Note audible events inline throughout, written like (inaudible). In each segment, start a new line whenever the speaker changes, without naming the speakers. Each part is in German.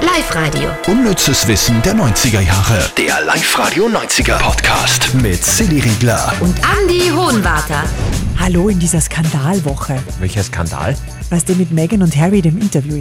Live-Radio.
Unnützes Wissen der 90er Jahre.
Der Live-Radio 90er Podcast.
Mit Silly Riegler.
Und Andy Hohenwarter.
Hallo in dieser Skandalwoche.
Welcher Skandal?
Was der mit Meghan und Harry dem Interview jetzt.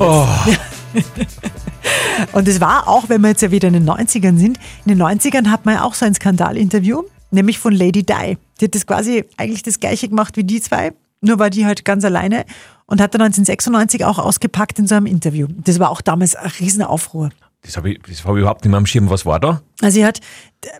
Oh.
(laughs) und es war auch, wenn wir jetzt ja wieder in den 90ern sind, in den 90ern hat man ja auch so ein Skandalinterview, nämlich von Lady Di. Die hat das quasi eigentlich das gleiche gemacht wie die zwei, nur war die halt ganz alleine und hat dann 1996 auch ausgepackt in so einem Interview. Das war auch damals ein Riesenaufruhr.
Das habe ich, das hab ich überhaupt nicht mehr am Schirm. Was war da?
Also sie hat,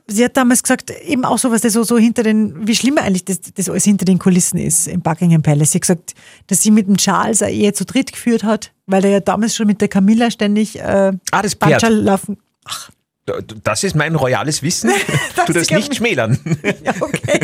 sie hat damals gesagt, eben auch so, was das so, so hinter den, wie schlimm eigentlich das, das alles hinter den Kulissen ist im Buckingham Palace. Sie hat gesagt, dass sie mit dem Charles eine Ehe zu dritt geführt hat, weil er ja damals schon mit der Camilla ständig äh,
Ah, das Pferd.
Bandscherl laufen.
Das ist mein royales Wissen.
Das
tu das
kann-
nicht schmälern.
(laughs) Ja, okay.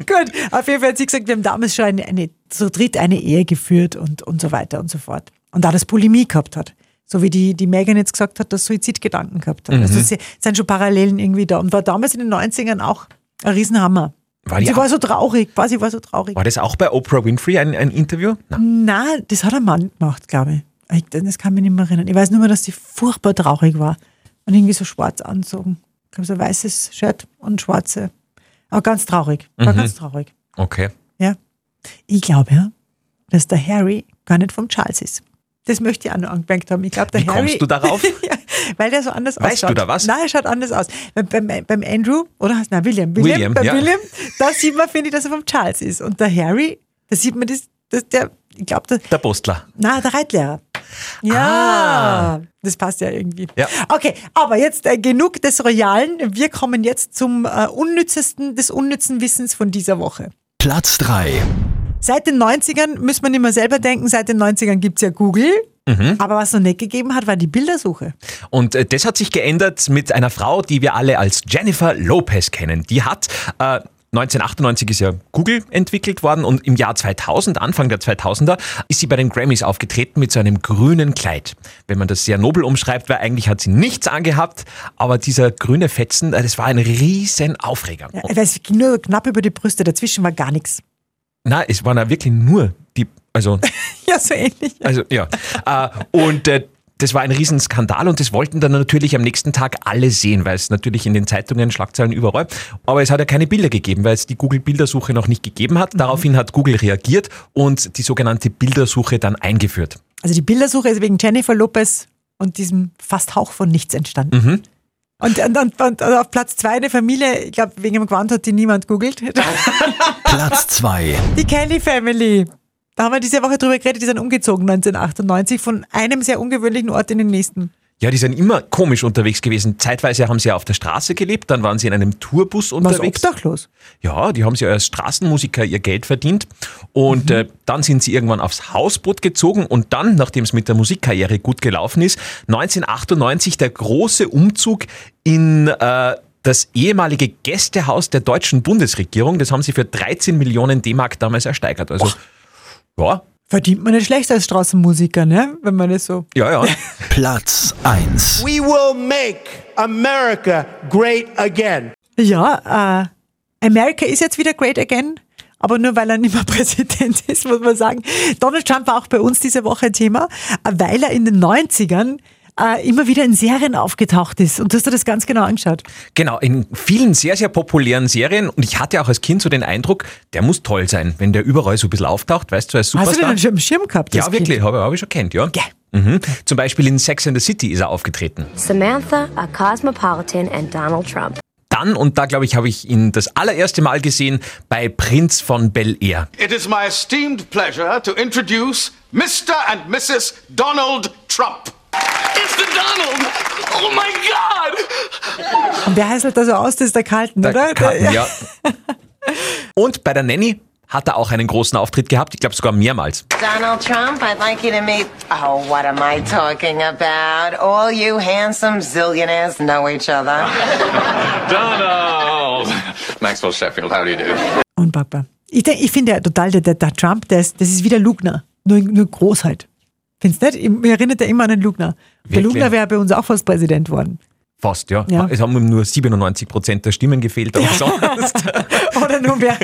Gut. Auf jeden Fall hat sie gesagt, wir haben damals schon eine, eine, zu dritt eine Ehe geführt und, und so weiter und so fort. Und da das Bulimie gehabt hat. So wie die, die Megan jetzt gesagt hat, dass Suizidgedanken gehabt hat.
Mhm.
Also es sind schon Parallelen irgendwie da. Und war damals in den 90ern auch ein Riesenhammer.
War
Und
die
sie
auch-
war so traurig, war, sie war so traurig.
War das auch bei Oprah Winfrey ein, ein Interview? Nein.
Nein, das hat ein Mann gemacht, glaube ich. ich. Das kann mich nicht mehr erinnern. Ich weiß nur mehr, dass sie furchtbar traurig war und irgendwie so schwarz anzogen. Ich glaube, so ein weißes Shirt und schwarze. Aber ganz traurig.
Mhm.
War ganz traurig.
Okay.
Ja. Ich glaube ja, dass der Harry gar nicht vom Charles ist. Das möchte ich auch noch angemerkt haben. Ich glaube, der
Wie
Harry.
kommst du darauf?
(laughs) ja, weil der so anders
Weißt du
ausschaut.
da was?
Nein, er schaut anders aus. Beim, beim, beim Andrew, oder heißt na William? William,
William,
bei
ja.
William, da sieht man, finde ich, dass er vom Charles ist. Und der Harry, da sieht man das, das der, ich glaube, der,
Der Postler.
na, der Reitlehrer. Ja, das passt ja irgendwie.
Ah. Ja.
Okay, aber jetzt äh, genug des Royalen. Wir kommen jetzt zum äh, unnützesten des unnützen Wissens von dieser Woche.
Platz 3.
Seit den 90ern müssen wir nicht mehr selber denken, seit den 90ern gibt es ja Google. Aber was noch nicht gegeben hat, war die Bildersuche.
Und äh, das hat sich geändert mit einer Frau, die wir alle als Jennifer Lopez kennen. Die hat äh, 1998 ist ja Google entwickelt worden und im Jahr 2000, Anfang der 2000er, ist sie bei den Grammys aufgetreten mit so einem grünen Kleid. Wenn man das sehr nobel umschreibt, weil eigentlich hat sie nichts angehabt, aber dieser grüne Fetzen, äh, das war ein riesen Aufreger.
Ja, weil es ging nur knapp über die Brüste, dazwischen war gar nichts. (laughs)
Na, es waren ja wirklich nur die, also
Ja, so ähnlich.
Also ja. äh, und äh, das war ein Riesenskandal und das wollten dann natürlich am nächsten Tag alle sehen, weil es natürlich in den Zeitungen, Schlagzeilen überall. Aber es hat ja keine Bilder gegeben, weil es die Google-Bildersuche noch nicht gegeben hat. Daraufhin hat Google reagiert und die sogenannte Bildersuche dann eingeführt.
Also die Bildersuche ist wegen Jennifer Lopez und diesem fast Hauch von nichts entstanden. Und, und, und, und auf Platz zwei eine Familie, ich glaube, wegen dem Quant hat die niemand googelt. (laughs)
Platz 2.
Die Kelly Family. Da haben wir diese Woche drüber geredet, die sind umgezogen 1998 von einem sehr ungewöhnlichen Ort in den nächsten.
Ja, die sind immer komisch unterwegs gewesen. Zeitweise haben sie ja auf der Straße gelebt, dann waren sie in einem Tourbus
Was
unterwegs.
obdachlos.
Ja, die haben sie als Straßenmusiker ihr Geld verdient und äh, dann sind sie irgendwann aufs Hausboot gezogen und dann, nachdem es mit der Musikkarriere gut gelaufen ist, 1998 der große Umzug in äh, das ehemalige Gästehaus der deutschen Bundesregierung. Das haben sie für 13 Millionen D-Mark damals ersteigert. Also, ja,
Verdient man nicht schlecht als Straßenmusiker, ne? Wenn man das so.
ja, ja.
Platz 1.
We will make America great again.
Ja, äh, America ist jetzt wieder great again, aber nur weil er nicht mehr (laughs) Präsident ist, muss man sagen. Donald Trump war auch bei uns diese Woche Thema, äh, weil er in den 90ern äh, immer wieder in Serien aufgetaucht ist. Und du hast dir das ganz genau angeschaut.
Genau, in vielen sehr, sehr populären Serien und ich hatte auch als Kind so den Eindruck, der muss toll sein, wenn der überall so ein bisschen auftaucht, weißt du, als Superstar.
Hast du den schon im Schirm gehabt?
Ja,
das
wirklich, habe hab ich schon kennt, ja.
Ja.
Mhm. Zum Beispiel in Sex and the City ist er aufgetreten.
Samantha, a cosmopolitan, and Donald Trump.
Dann, und da glaube ich, habe ich ihn das allererste Mal gesehen, bei Prinz von Bel Air.
It is my esteemed pleasure to introduce Mr. and Mrs. Donald Trump. It's the Donald! Oh my God!
Kind. Und wer heißt halt da so aus? Das ist der Kalten,
Da
oder?
kannten,
Der-
ja. Und bei der Nanny hat er auch einen großen Auftritt gehabt, ich glaube sogar mehrmals.
Donald Trump, I'd like you to meet. Oh, what am I talking about? All you handsome zillionaires know each other.
Donald! Maxwell Sheffield, how do you do?
Unpackbar. Ich, denk- ich finde ja total, der, der, der Trump, der ist, das ist wieder Lugner. Nur, nur groß halt. Findest du nicht? Ich- Mir erinnert er immer an den Lugner. Der
Wirklich?
Lugner wäre bei uns auch fast Präsident worden.
Fast, ja.
Ja. (laughs)
Es haben ihm nur 97 Prozent der Stimmen gefehlt, aber sonst.
Oder nun wer.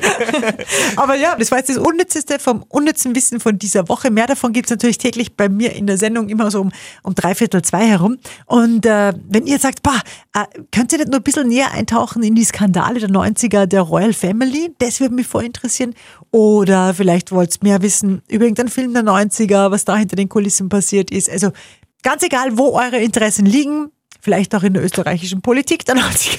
Aber ja, das war jetzt das Unnützeste vom unnützen Wissen von dieser Woche. Mehr davon gibt's natürlich täglich bei mir in der Sendung immer so um, um dreiviertel zwei herum. Und äh, wenn ihr sagt, bah, äh, könnt ihr nicht nur ein bisschen näher eintauchen in die Skandale der 90er der Royal Family? Das würde mich vorinteressieren. Oder vielleicht wollt ihr mehr wissen über irgendeinen Film der 90er, was da hinter den Kulissen passiert ist. Also ganz egal, wo eure Interessen liegen, vielleicht auch in der österreichischen Politik der 90er.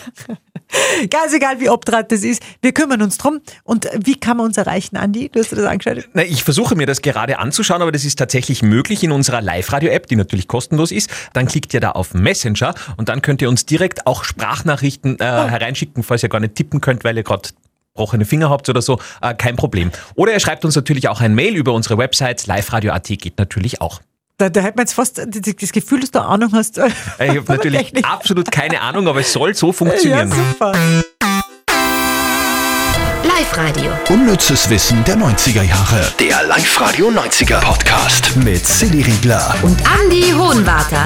(laughs) Ganz egal, wie obdrat das ist, wir kümmern uns drum. Und wie kann man uns erreichen, Andi? Du hast dir das angeschaltet.
Na, ich versuche mir das gerade anzuschauen, aber das ist tatsächlich möglich in unserer Live-Radio-App, die natürlich kostenlos ist. Dann klickt ihr da auf Messenger und dann könnt ihr uns direkt auch Sprachnachrichten äh, hereinschicken, falls ihr gar nicht tippen könnt, weil ihr gerade gebrochene Finger habt oder so. Äh, kein Problem. Oder ihr schreibt uns natürlich auch ein Mail über unsere Website. Live-Radio.at geht natürlich auch.
Da, da hat man jetzt fast das Gefühl, dass du Ahnung hast. (laughs)
Ich habe natürlich
Technik.
absolut keine Ahnung, aber es soll so
Ja,
funktionieren.
super.
Live-Radio.
Unnützes Wissen der 90er Jahre.
Der Live-Radio 90er Podcast.
Mit Silly Riegler
Und Andy Hohenwarter.